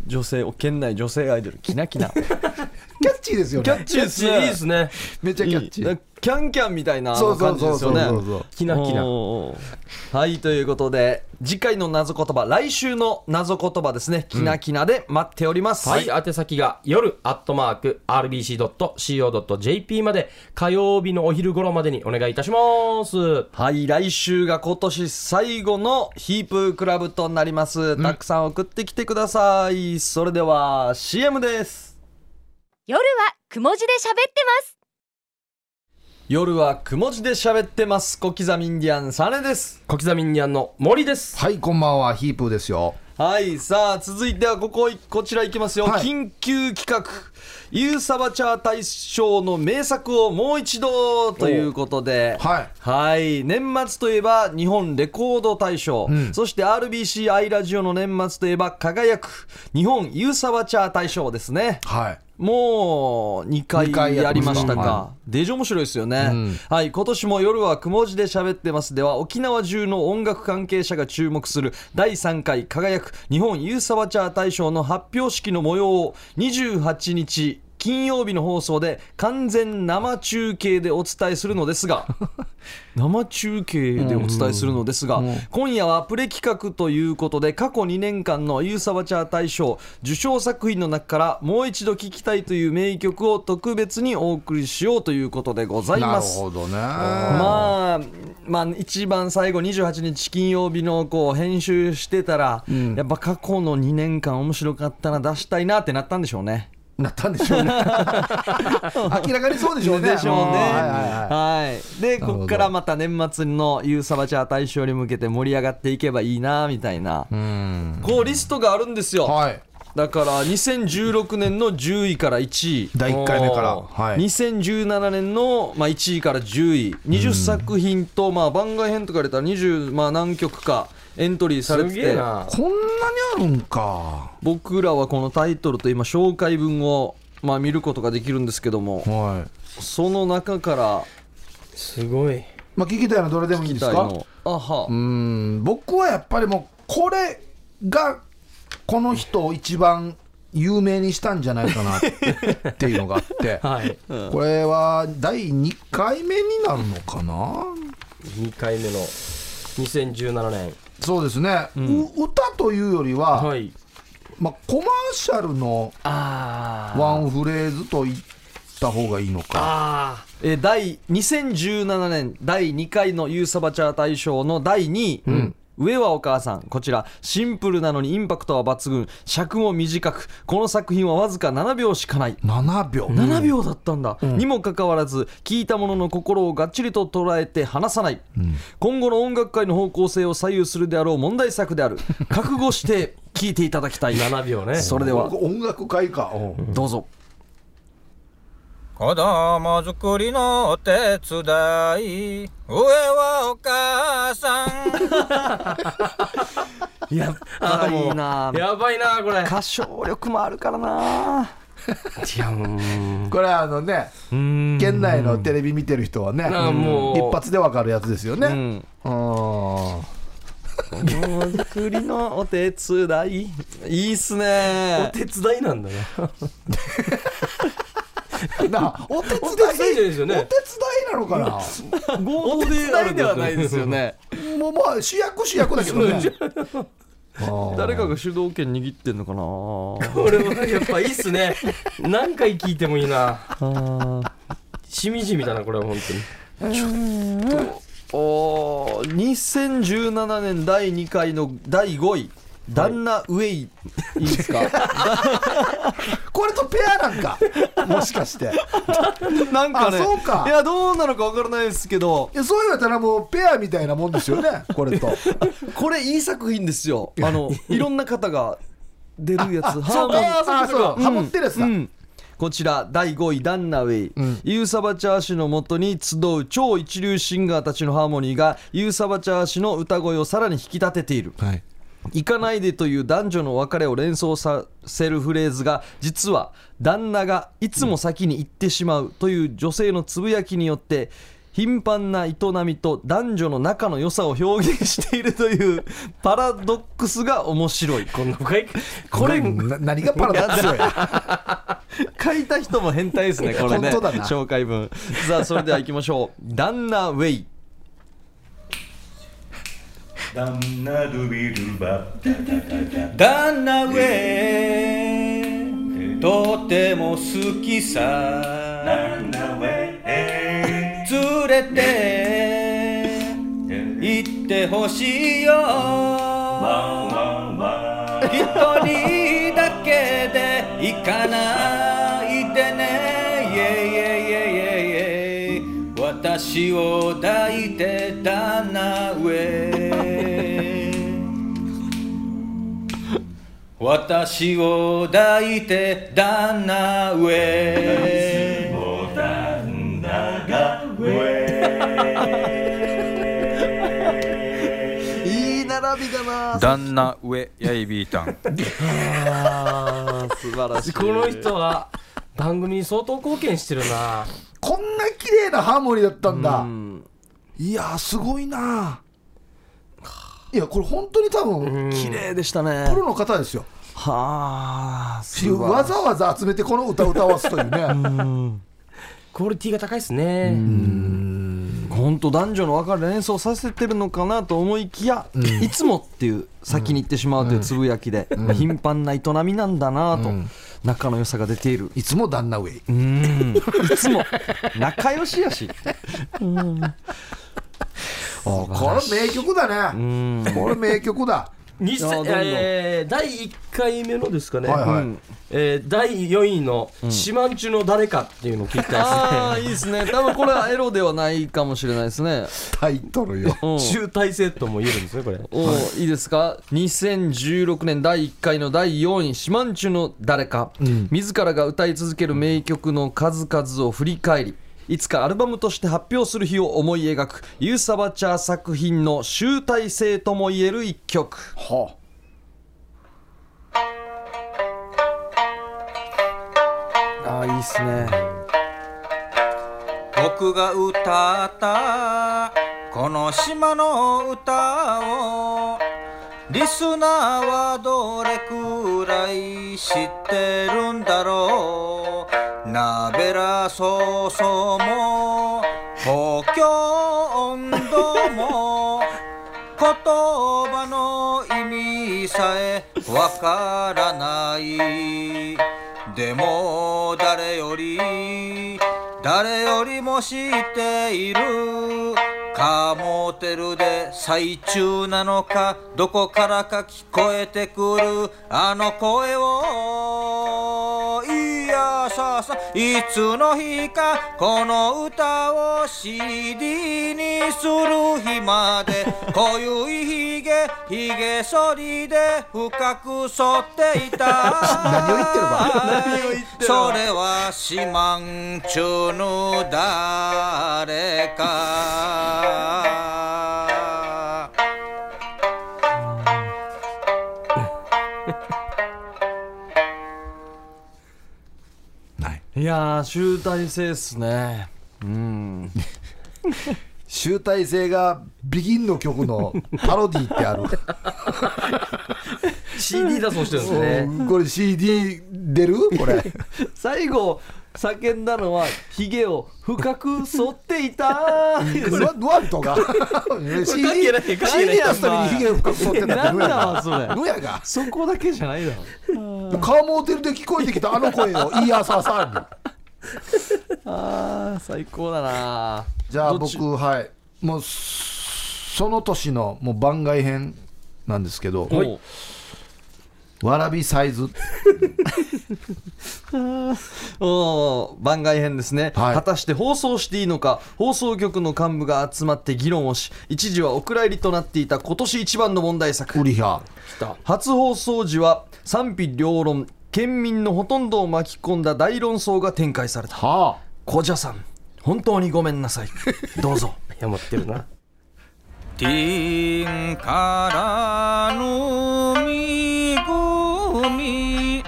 女性お県内女性アイドルきなきな
キャッチーですよ
キャッ
ね
チーですね
いいっすね
めっちゃキャッチ
いい
ー
だキャンキャンみたいなあ
そう
の
そ
感
う
じ
そ
で
う
す
そ
よ
う
ね
そうそう
きなきな。
おーはいということで次回の謎言葉来週の謎言葉ですねきなきなで待っております、
はい、宛先が夜アットマーク RBC.CO.JP まで火曜日のお昼頃までにお願いいたします。
はい、来週が今年最後のヒープークラブとなります。たくさん送ってきてください。それでは CM です。
夜はくも字で喋ってます
夜はくも字で喋ってます。小刻みインディアンサネです。
小刻みにゃんの森です。
はいこんばんはヒープーですよ
はい、さあ続いてはここいこちら行きますよ。
はい
緊急企画ユーサバチャー大賞の名作をもう一度ということで。
はい
はい年末といえば日本レコード大賞、そして RBC アイラジオの年末といえば輝く日本ユーサバチャー大賞ですね
はい
もう2
二
回
回や
や
って
り
ま
ま
し
したた
は
かデジ面白いですよね、はい今年も夜はくも字で喋ってますでは沖縄中の音楽関係者が注目する第3回輝く日本ユーサバチャー大賞の発表式の模様を28日金曜日の放送で完全生中継でお伝えするのですが生中継でお伝えするのですが、今夜はプレ企画ということで過去2年間のユーサバチャー大賞受賞作品の中からもう一度聴きたいという名曲を特別にお送りしようということでござい
な
ま
る
す。
ほどね
まあ、まあ、一番最後28日金曜日のこう編集してたら、やっぱ過去の2年間面白かったな出したいなってなったんでしょうね。
なったんで しょうね明らかにそうでしょうね
でしょうね。
んはいはいは
はい。で、
ほど
こっからまた年末のユーサバチャー大賞に向けて盛り上がっていけばいいな、みたいな。
いうん
こう、リストがあるんですよ。
はい
だから、2016年の10位から1位。
第1回目から
お
はい
2017年の、まあ、1位から10位20作品と、まあ、番外編とか入れたら20、まあ、何曲かエントリーされ
す
て
げえ
て
な。
こんなにあるんか
僕らはこのタイトルと今紹介文を、まあ、見ることができるんですけども
はい
その中から
すごい。
まあ聞きたいのどれでもいい
期
んです
待
か
のあは、
うん僕はやっぱりもうこれがこの人を一番有名にしたんじゃないかなっていうのがあって、
はい。
これは第2回目になるのかな
2回目の2017年。
そうですね、う歌というよりは、
はい。
まあ、コマーシャルの
あ
ワンフレーズといった方がいいの
あ。
か
あ
えー第2017年第2回のユーサバチャー大賞の第2位、上はお母さんこちらシンプルなのにインパクトは抜群尺も短くこの作品はわずか7秒しかない
7秒、
7秒だったんだ、にもかかわらず聞いたものの心をがっちりと捉えて離さない、今後の音楽界の方向性を左右するであろう問題作である覚悟して聞いていただきたい
あ。7秒ね。
それでは
音楽会か、うん
どうぞ
子供作りのお手伝い上はお母さん
やっぱりいいな
やばいな、これ。
歌唱力もあるからない
や、もう。
これはあのね県内のテレビ見てる人はね
あもう
一発でわかるやつですよね、
うん
うん
もの作りのお手伝いいいっすね
手伝いなんだね。
なあお手伝い
お手伝いじゃないですよね
お手伝いなのかな
お手伝いではないですよね
もうまあ主役主役だけどね
誰かが主導権握ってんのかな
これはやっぱいいっすね。何回聞いてもいいな。しみじみだな、これは本当に。
おー2017年第2回の第5位旦那ウェイ、い、いですか
これとペアなんかもしかして
なんかね
あそうか
いやどうなのか分からないですけど
いやそういうたらもうペアみたいなもんですよねこれと
これいい作品ですよあのいろんな方が出るやつハーモニー
あそうハモってるやつだ、
うんこちら第5位ダンナウェイ、
ん
ユーサバチャー氏のもとに集う超一流シンガーたちのハーモニーがユーサバチャー氏の歌声をさらに引き立てている
はい
行かないでという男女の別れを連想させるフレーズが実は旦那がいつも先に行ってしまうという女性のつぶやきによって頻繁な営みと男女の仲の良さを表現しているというパラドックスが面白い
こんな深いこれ
な何がパラダックスよ
書いた人も変態です ねこれね
本当だな
紹介文さあそれでは行きましょう「旦那ウェイ」
旦那へとても好きさ連れて行ってほしいよ一人だけで行かないでねイエイエイエイエイエイ私を抱いて旦那へ私を抱いて旦那へ
いい並びだな
旦那上やいびーたん
素晴らしい
この人は番組に相当貢献してるな
こんな綺麗なハーモニーだったんだ、
うん
いやーすごいないやこれ本当に多分
綺麗でしたね
プロの方ですよ
はあすごい
わざわざ集めてこの歌を歌わすというね
クオリティが高いですね
本当男女の別れ連想させてるのかなと思いきや、いつもっていう先に行ってしまうというつぶやきで、頻繁な営みなんだなと、仲の良さが出ている
いつも旦那ウェイ
うんいつも仲良しやし
これ名曲だねこれ名曲だ
にせ
あーどんどん
えー第1回目のですかね、
はいはい、
うん
えー第4位の「島んちゅの誰か」っていうのを聞いた
ああいいですね多分これはエロではないかもしれないですね
タイトルよ
うん
ですね集大成とも言えるんですねこれ
おーいいですか2016年第1回の第4位「島んちゅの誰か」自らが歌い続ける名曲の数々を振り返りいつかアルバムとして発表する日を思い描くユーサバチャー作品の集大成ともいえる一曲
は
ああいいっすね
僕が歌ったこの島の歌をリスナーはどれくらい知ってるんだろうなべらそうそうも東京温度も言葉の意味さえわからないでも誰より誰よりも知っているカモテルで最中なのかどこからか聞こえてくるあの声をいやさあさあいつの日かこの歌を CD にする日ま でこゆいひげひげ剃りで深く剃っていた
何を言ってるば
何を言ってるそれは島んちゅの誰か
いやー集大成っすね
集大成がビギンの曲のパロディってある
CD だそうしてるんですね
うんこれ CD 出るこれ
最後叫んだのは「ヒゲを深く剃っていた」
ワワントが CD
関係ない関係ない
CD 出すためにヒゲを深く剃ってた
なんだわ
の
それ
やが
そこだけじゃないだろ
カーモーテルで聞こえてきたあの声をいい朝さんに
あー最高だな
じゃあ
どっち
僕はいもうその年のもう番外編なんですけど
おう
「わらびサイズ」
おー番外編ですね、
はい
果たして放送していいのか放送局の幹部が集まって議論をし一時はお蔵入りとなっていた今年一番の問題作
ウリヒャ
初放送時は賛否両論県民のほとんどを巻き込んだ大論争が展開された
は
小じゃさん本当にごめんなさいどう ぞ
いや持ってるな
ティーンからのみぐみ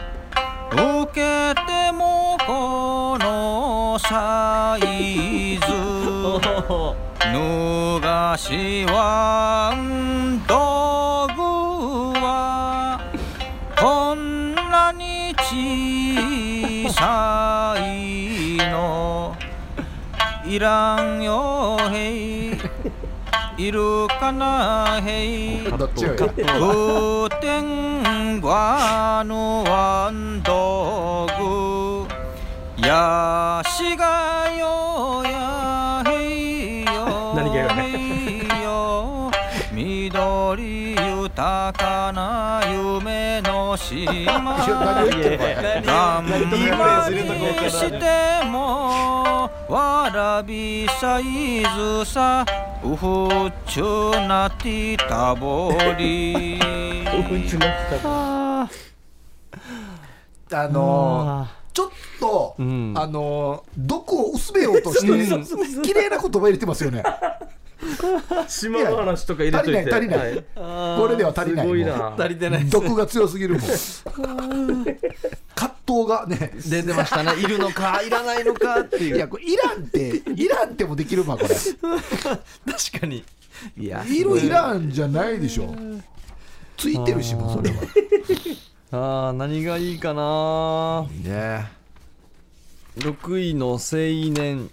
受けてもこのサイズ私は道具はこんなに小さいのいらんよへいいるかなへい
どっちがいい
古典はのワンドグやしがよやへいよ
何気がね
へいよ緑豊かな夢の島
何を言ってるかね
頑張りしてもわらびサイズさうふちゅなティタボリ
あのーちょっと、
ん
あのー毒を薄めようとして
そうそうそうそう
綺麗な言葉入れてますよね
島の話とか入れ
足
と
り
い
ない
て
足りない、
はい
これでは足り
す
ない
ごい
もう
な
足りてないです
毒が強すぎるもん 葛藤がね
出てました ねいるのかいらないのかって
い
いう
やこれイランってイランってもできるわこれ
確かにいや
いるイランじゃないでしょついてるしもうそれは
あー何がいいかな
ね
6位の青年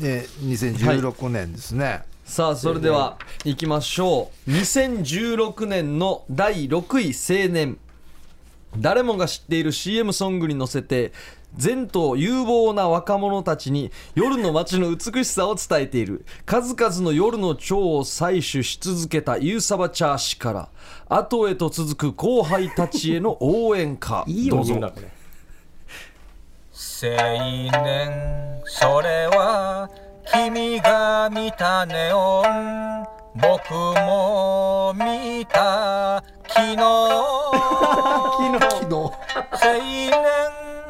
ね2016年ですね、
さあそれでは行きましょう2016年の第6位青年誰もが知っている CM ソングに乗せて前途有望な若者たちに夜の街の美しさを伝えている数々の夜の蝶を採取し続けたユーサバチャー氏から後へと続く後輩たちへの応援歌どうぞ
なこれ
青年それは君が見たネオン僕も見た昨日
昨日
青年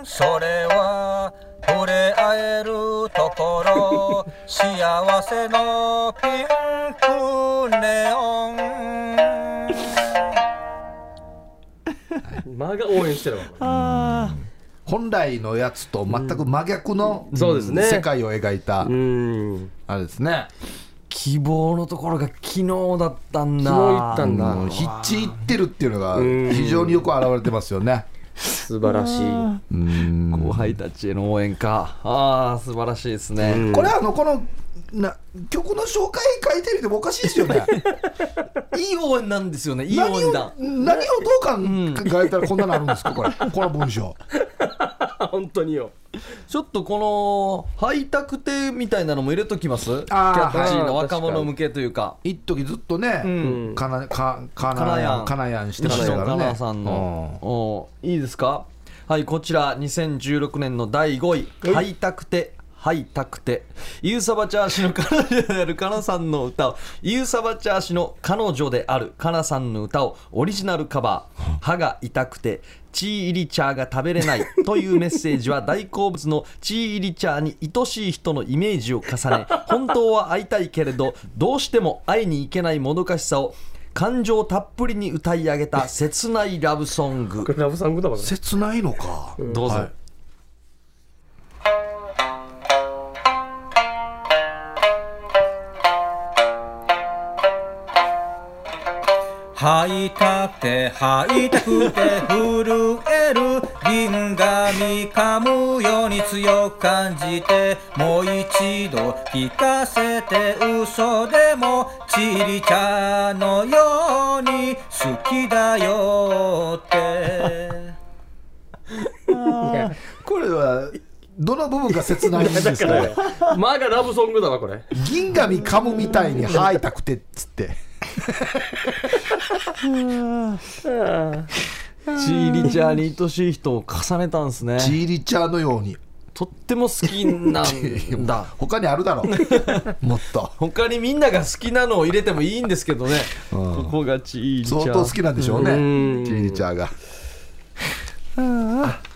それは触れ合えるところ幸せのピンクネオン
間が応援してるわこれ
本来のやつと全く真逆の、
そうですね
世界を描いた
うん
あれですね、
希望のところが昨日だったんだ
昨日行ったんだ
もうヒッチいってるっていうのが非常によく表れてますよね、
素晴らしい
後輩たちへの応援かあー素晴らしいですね、
これはあのこのな曲の紹介書いてみてもおかしいですよね
いい応援なんですよねいい
何
応
を
援だ
何をどう考えたらこんなのあるんですかこれこの文章
あ本当によ
ちょっとこのハイタクテみたいなのも入れときますキ
あー
ャッチーな
はい
若者向けというか
一時ずっとね、
ん
かなか
カ
か
ナ
な
ヤ
や
ン
んかなやんしてまし
西
た
野
か
カ
ら
ナ
ね
さんの、おいいですかはいこちら2016年の第5位「ハイタクテ」ハイタクテユーサバチャー氏の彼女であるカナさんの歌をユーサバチャー氏の彼女であるカナさんの歌をオリジナルカバー歯が痛くてチーイリチャーが食べれ ないというメッセージは大好物のチーイリチャーに愛しい人のイメージを重ね本当は会いたいけれどどうしても会いに行けないもどかしさを感情たっぷりに歌い上げた切ないラブソン
こ
グ
れラブサングだわ
うん切ないのか、
どうぞ、
はい
はいたてはいたくて震える銀紙噛むように強く感じてもう一度聞かせて嘘でもちりちゃんのように好きだよって
これはどの部分が切ないんですか
間がラブソングだわこれ
銀紙噛むみたいに吐いたくてっつって
チーリチャーに愛しい人を重ねたんですね
ジーリチャーのように
とっても好きなんだ
他にあるだろうもっと
他にみんなが好きなのを入れてもいいんですけどね、ここがチーリチャー
相当好きなんでしょうね
うん
ジーリチャーが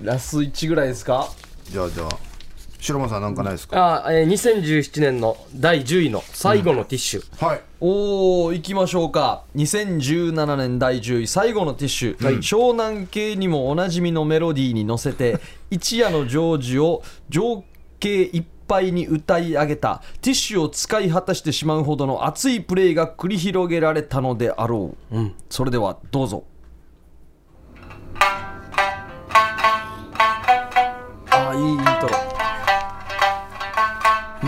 ラス1ぐらいですか
じゃあじゃあ白間さんなんかないですか
あ、えー、2017年の第10位の最後のティッシュ、
はい
おお行きましょうか2017年第10位最後のティッシュ、湘南系に もおなじみのメロディーに乗せて一夜のジョージを情景一ぱいに歌い上げたティッシュを使い果たしてしまうほどの熱いプレーが繰り広げられたのであろう、それではどうぞあーいいイントロ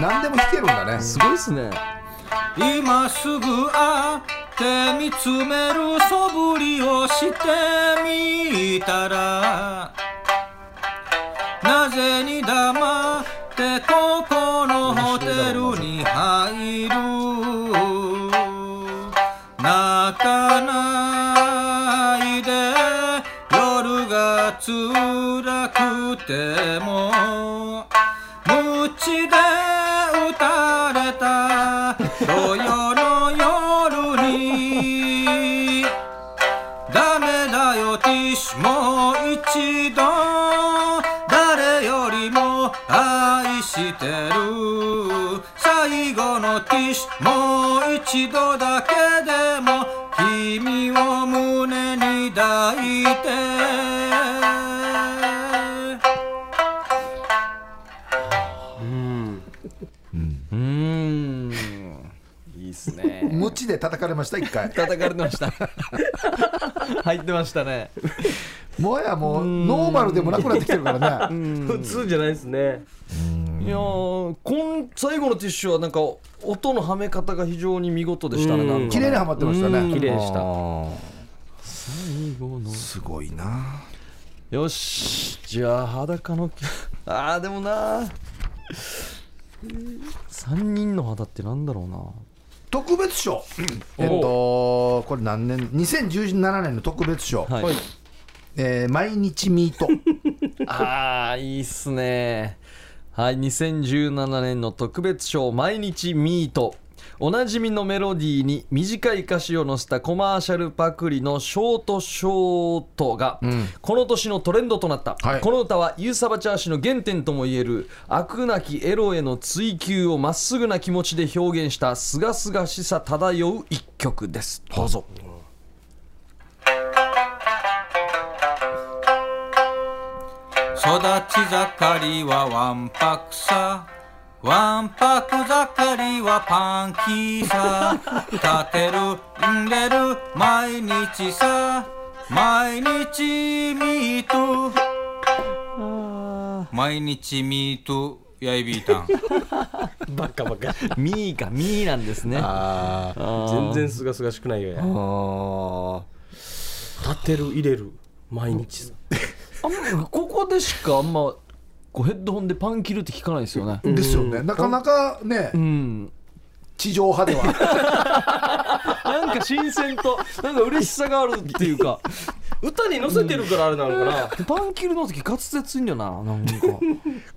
何でも弾けるんだね
すごいですね
今すぐ会って見つめる素振りをしてみたらなぜに黙ってここのホテルに入る泣かないで夜が辛くても無知で打たれた土曜の夜にダメだよティッシュもう一度誰よりも愛してる最後のティッシュもう一度だけでも君を胸に抱いて
うーんいいっすね
無知で叩かれました一回
叩かれてました入ってましたね
もはやもうノーマルでもなくなってきてるか らね
普通じゃないですね
いやーこん最後のティッシュはなんか音のはめ方が非常に見事でしたね
うん
なんか
綺麗にはまってましたね
綺麗でした
すごいな
よしじゃあ裸のあーでもな3人の肌ってなんだろうな
特別賞えっとこれ何年2017年の特別賞、
はい、
えー毎日ミート
あーいいっすねはい2017年の特別賞「毎日ミート」おなじみのメロディーに短い歌詞を載せたコマーシャルパクリのショートショートがこの年のトレンドとなった、
はい
この歌はユーサバチャー氏の原点ともいえる飽くなきエロへの追求をまっすぐな気持ちで表現したすがすがしさ漂う一曲ですどう ぞ
育ち盛りはわんぱくさわんぱく盛りはパンキーさ立てるんでる毎日さ毎日ミート毎日ミートやいびーたん
バカバカ
ミーがミーなんですね
あー
全然すがすがしくないよや
あ
立てる入れる毎日さ
あんまここでしかあんまこうヘッドホンでパン切るって聞かないですよね。
ーですよねなかなかね、
うん、
地上波で は
なんか新鮮となんか嬉しさがあるっていうか
歌に乗せてるからあれなのか な
パン切るの時滑舌いいんだよななんか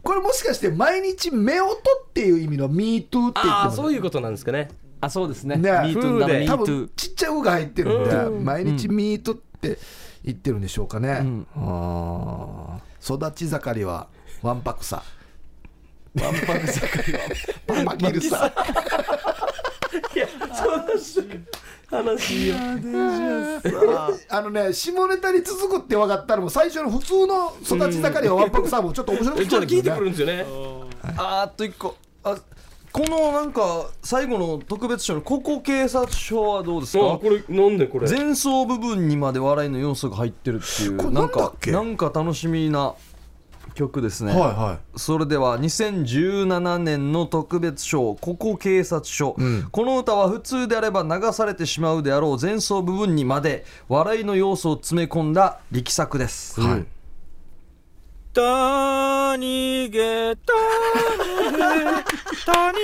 これもしかして毎日目音っていう意味の「MeToo」って言
ああ
って
そういうことなんですかね
あそうです ね
ね
MeToo だ
フ
ね
ルで
多
MeToo
分ちっちゃい「う」が入ってるんで毎日「MeToo」って言ってるんでしょうかね、
ん
あー育ち盛りはわんぱくさわんぱく盛りはパンキルさ
いやその話よ
あのね下ネタに続くって分かったらもう最初の普通の育ち盛りはわんぱくさもちょっと面白く
ちょっと聞いて
ね
くるんですよね
あーっと一個あこのなんか最後の特別賞のここ警察署はどうです
あ
か
これなんでこれ
前奏部分にまで笑いの要素が入ってるっていう
こ
な
れ
ん
なん
か
だっけ
なんか楽しみな曲ですね
はいは
それでは2017年の特別賞「ここ警察署」
ん
この歌は普通であれば流されてしまうであろう前奏部分にまで笑いの要素を詰め込んだ力作です、
い、はい
たにげたにげたにたに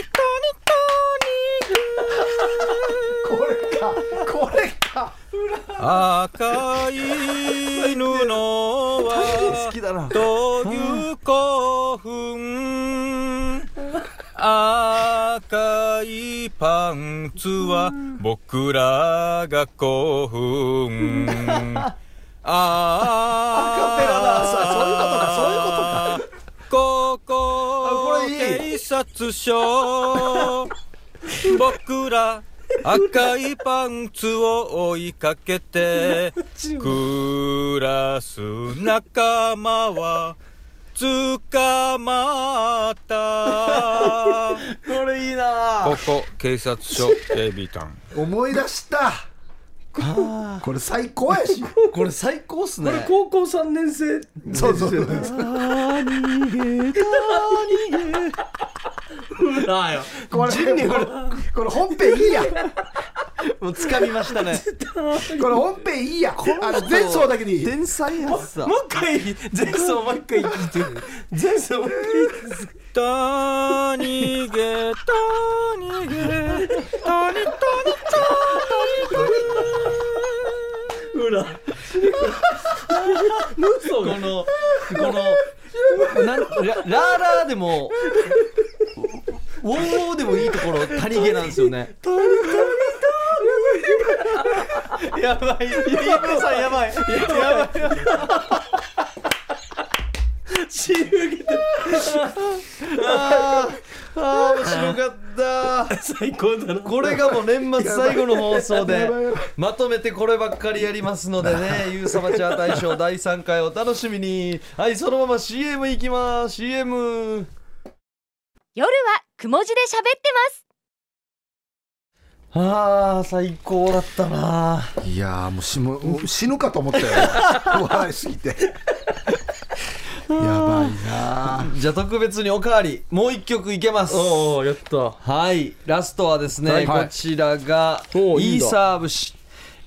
これかこれか
赤い布は
好きだな
という興奮赤いパンツは僕らが興 奮ああ
ア
そういうことかそういうことかここ
あこれい
警察署僕ら赤いパンツを追いかけて暮らす仲間は捕まった
これいいな
ここ警察署 AB タン
思い出したこれ最高やし
これ最高っすね
これ高校3年生
そうそうそう
ああよ
これこれ本編いいや
もう掴みましたね
これ本編いいやあの前奏だけでい い
天才やっさ
もう一回前奏もう一回聞いて前奏もう一回聞いて
た逃げた逃げたにたに
裏このこのなんララーラーでもウォーウォーでもいいところ谷毛なんですよねやばいイーブンさんやばいやばい
自由形
あーあー面白かった
最高だな
これがもう年末最後の放送
や
で
ばいやばい
まとめてこればっかりやりますのでね 「ゆうさばちゃー大賞」第3回お楽しみにはいそのまま CM いきます CM
夜はくも字で喋ってます
あー最高だったない
やーもう死ももう死ぬかと思ったよ笑いすぎてやばいな
じゃあ特別におかわりもう一曲いけます
おおやった
はいラストはですね、
はいはい
こちらが
おーいい
イ
ん
ー
だ
サー節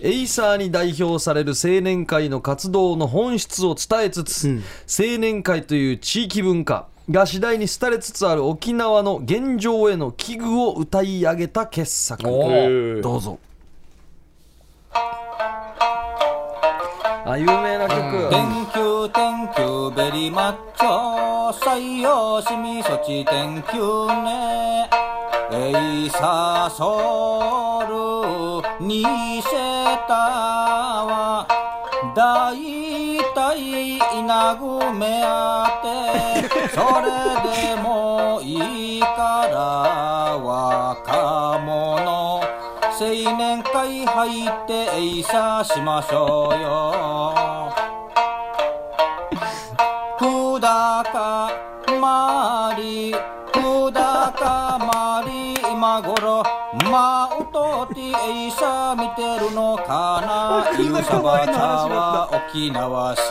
エイサーに代表される青年会の活動の本質を伝えつつ、青年会という地域文化が次第に廃れつつある沖縄の現状への危惧を歌い上げた傑作どうぞあ有名な曲、
Thank you, thank you, very much. 採用しみそち、thank you ね。エイサーソウルにせたは、だいたい慰めあって、それでもいいから若者、青年会入ってエイサーしましょうよ。ふだかまりふだかまり今頃マウトティエイサー見てるのかなゆうさばちゃんは沖縄市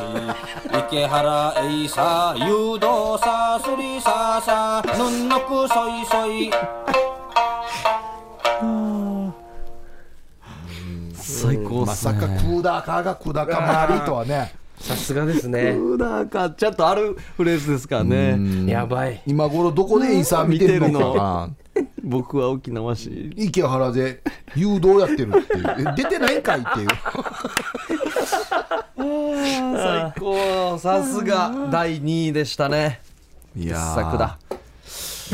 池原エイサー誘導さすりささぬんのくそいそい
最高っ
ます
ね
さかクーダーカーがクーダーカーマリとはね
さすがですね
なんかちゃんとあるフレーズですからね
やばい
今頃どこでイーサー見てるのかな
僕は沖縄市
池原で誘導やってるっていうえ出てないんかいっていう
最高さすが第2位でしたね
い
傑
やー
作だ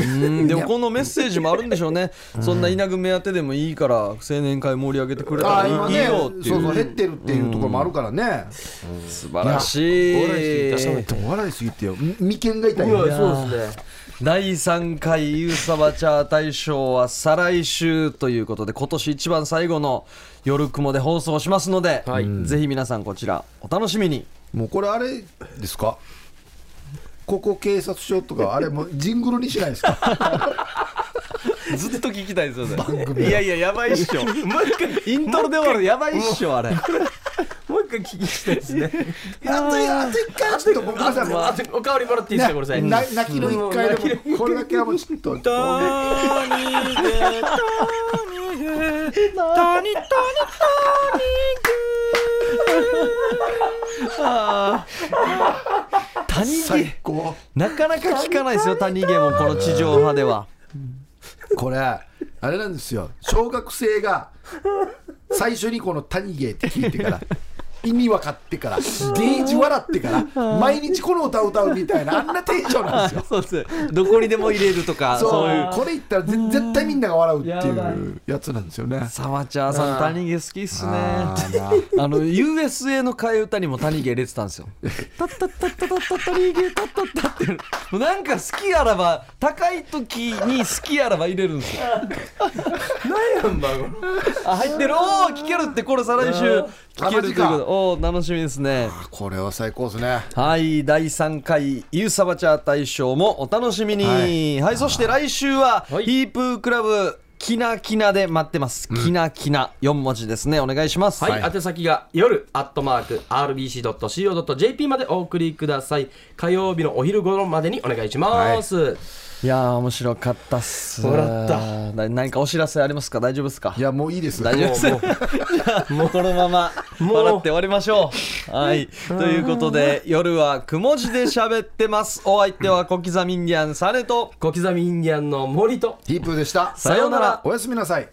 うんでもこのメッセージもあるんでしょうねそんな稲組目当てでもいいから青年会盛り上げてくれた
あ
ら
ー
い
今
い
ね
よってい
そう
う
そう減ってるっていうところもあるからね、
素晴らしい
でも笑いすぎてよみ眉間が痛い
そう
よ
ですね
第3回ゆうさばチャー大賞は再来週ということで今年一番最後の夜雲で放送しますので、ぜひ皆さんこちらお楽しみに
もうこれあれですかここ警察署とかあれもうジングルにしないです か
ずっと聞きたい ですよね。いやいや、 やばいっしょ。もう一回、イントロで終わる、やばいっしょ、 あれ。
もう一回聞きしたいですね
あとあと一回ちょっとごめんなさいもう
あおかわりもらっていいですかこれさ
な泣きの一回でもこれだけはもうちょっと
谷
最
毛、
高
なかなか聞かないですよ、谷毛も、この地上波では。
これあれなんですよ小学生が最初にこの「谷芸」って聞いてから意味分かってからゲージ笑ってから毎日この歌を歌うみたいなあんなテンションなんですよ
そうです。どこにでも入れるとか、
そう
そういう。
これ言ったらぜ絶対みんなが笑うっていうやつなんですよね
サマチャーさん、谷毛好きっすね。
あ
あ
ーなー
の、USA の替え歌にも谷毛入れてたんですよ。タッタッタッタッタッタ谷毛タッタッタって。もうなんか好きあらば、高い時に好きあらば入れるんですよ。
何やんばこ
あ、入ってるおー聞けるって、これ再来週聞けるというこ
あマ
と
ジ
で
か
おー楽しみですね
あこれは最高ですね
はい第3回「ゆうさばチャー大賞」もお楽しみには、
はいい
そして来週は、
はい
ヒープークラブきなきなで待ってます、きなきな4文字ですねお願いします、
はい、宛先が夜アットマーク RBC.CO.JP までお送りください火曜日のお昼頃までにお願いします、
いやー面白かったっす
笑った
な何かお知らせありますか大丈夫ですか
いやもういいです
大丈夫です
もうも
もうこのまま
もう
笑って終わりましょうはいということで夜はくも字で喋ってますお相手は小刻みインディアンサネと
小刻みインディアンの森と
ヒープーでした
さようなら
おやすみなさい